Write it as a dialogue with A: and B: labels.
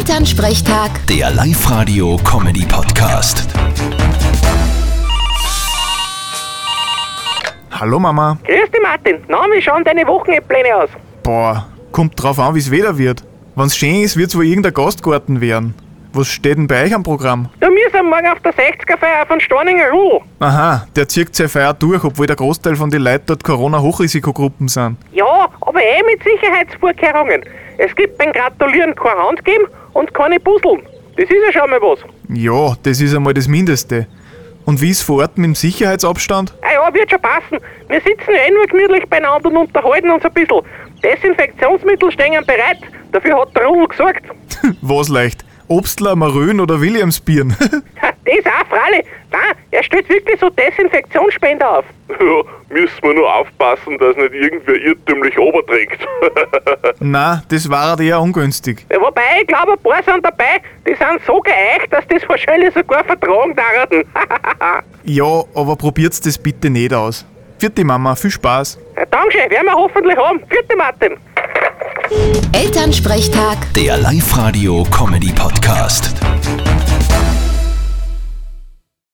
A: Elternsprechtag,
B: Der Live-Radio-Comedy-Podcast.
C: Hallo Mama.
D: Grüß dich, Martin. Na, wie schauen deine Wochenendpläne aus?
C: Boah, kommt drauf an, wie's Wetter wird. Wenn's schön ist, wird's wohl irgendein Gastgarten werden. Was steht denn bei euch am Programm?
D: Du, wir sind morgen auf der 60er-Feier von Storninger Rudel.
C: Aha, der zieht seine Feier durch, obwohl der Großteil von den Leuten dort Corona-Hochrisikogruppen sind.
D: Ja, aber eh mit Sicherheitsvorkehrungen. Es gibt beim Gratulieren keine Hand geben und keine Puzzeln. Das ist ja schon mal was.
C: Ja, das ist einmal das Mindeste. Und wie ist vor Ort mit dem Sicherheitsabstand?
D: Ah ja, wird schon passen. Wir sitzen ja eh nur gemütlich beieinander und unterhalten uns ein bisschen. Desinfektionsmittel stehen bereit. Dafür hat der Rudel gesorgt.
C: Was leicht? Obstler, Marön oder Williamsbieren?
D: Ha, Das auch, Fralle. Nein, er stellt wirklich so Desinfektionsspender auf.
E: Ja, müssen wir nur aufpassen, dass nicht irgendwer irrtümlich oberträgt.
C: Na, das war halt eher ungünstig.
D: Ja, Wobei, ich glaube, ein paar sind dabei, die sind so geeicht, dass das wahrscheinlich sogar vertragen daran.
C: Ja, aber probiert's das bitte nicht aus. Vierte Mama, viel Spaß.
D: Dankeschön, werden wir hoffentlich haben. Vierte Martin.
A: Elternsprechtag.
B: Der Live-Radio-Comedy-Podcast.